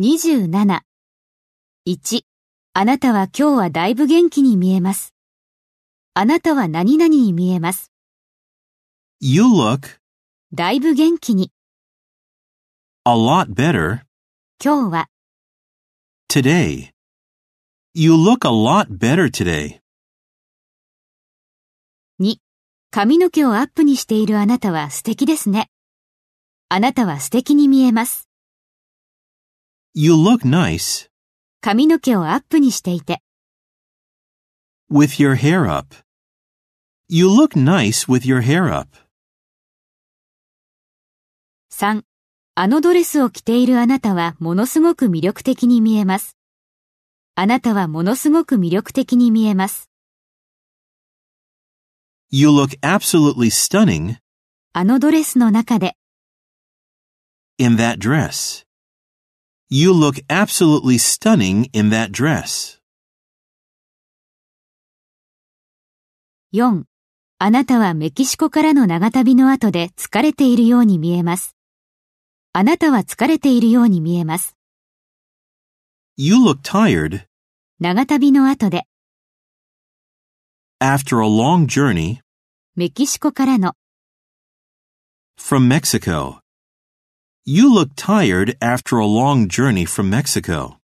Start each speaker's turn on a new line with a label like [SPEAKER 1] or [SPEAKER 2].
[SPEAKER 1] 27。1. あなたは今日はだいぶ元気に見えます。あなたは何々に見えます。
[SPEAKER 2] You look
[SPEAKER 1] だいぶ元気に。
[SPEAKER 2] a lot better
[SPEAKER 1] 今日は
[SPEAKER 2] today. You look a lot better today.
[SPEAKER 1] 髪の毛をアップにしているあなたは素敵ですね。あなたは素敵に見えます。
[SPEAKER 2] You look nice
[SPEAKER 1] 髪の毛をアップにしていて。
[SPEAKER 2] with your hair up. You look nice with your hair up.
[SPEAKER 1] 3. あのドレスを着ているあなたはものすごく魅力的に見えます。あなたはものすごく魅力的に見えます。
[SPEAKER 2] You look absolutely stunning
[SPEAKER 1] あのドレスの中で、
[SPEAKER 2] in that dress. You look absolutely stunning in that dress.
[SPEAKER 1] 4. あなたはメキシコからの長旅の後で疲れているように見えます。あなたは疲れているように見えます。
[SPEAKER 2] You look tired
[SPEAKER 1] 長旅の後で、
[SPEAKER 2] after a long journey
[SPEAKER 1] メキシコからの、
[SPEAKER 2] from Mexico. You look tired after a long journey from Mexico.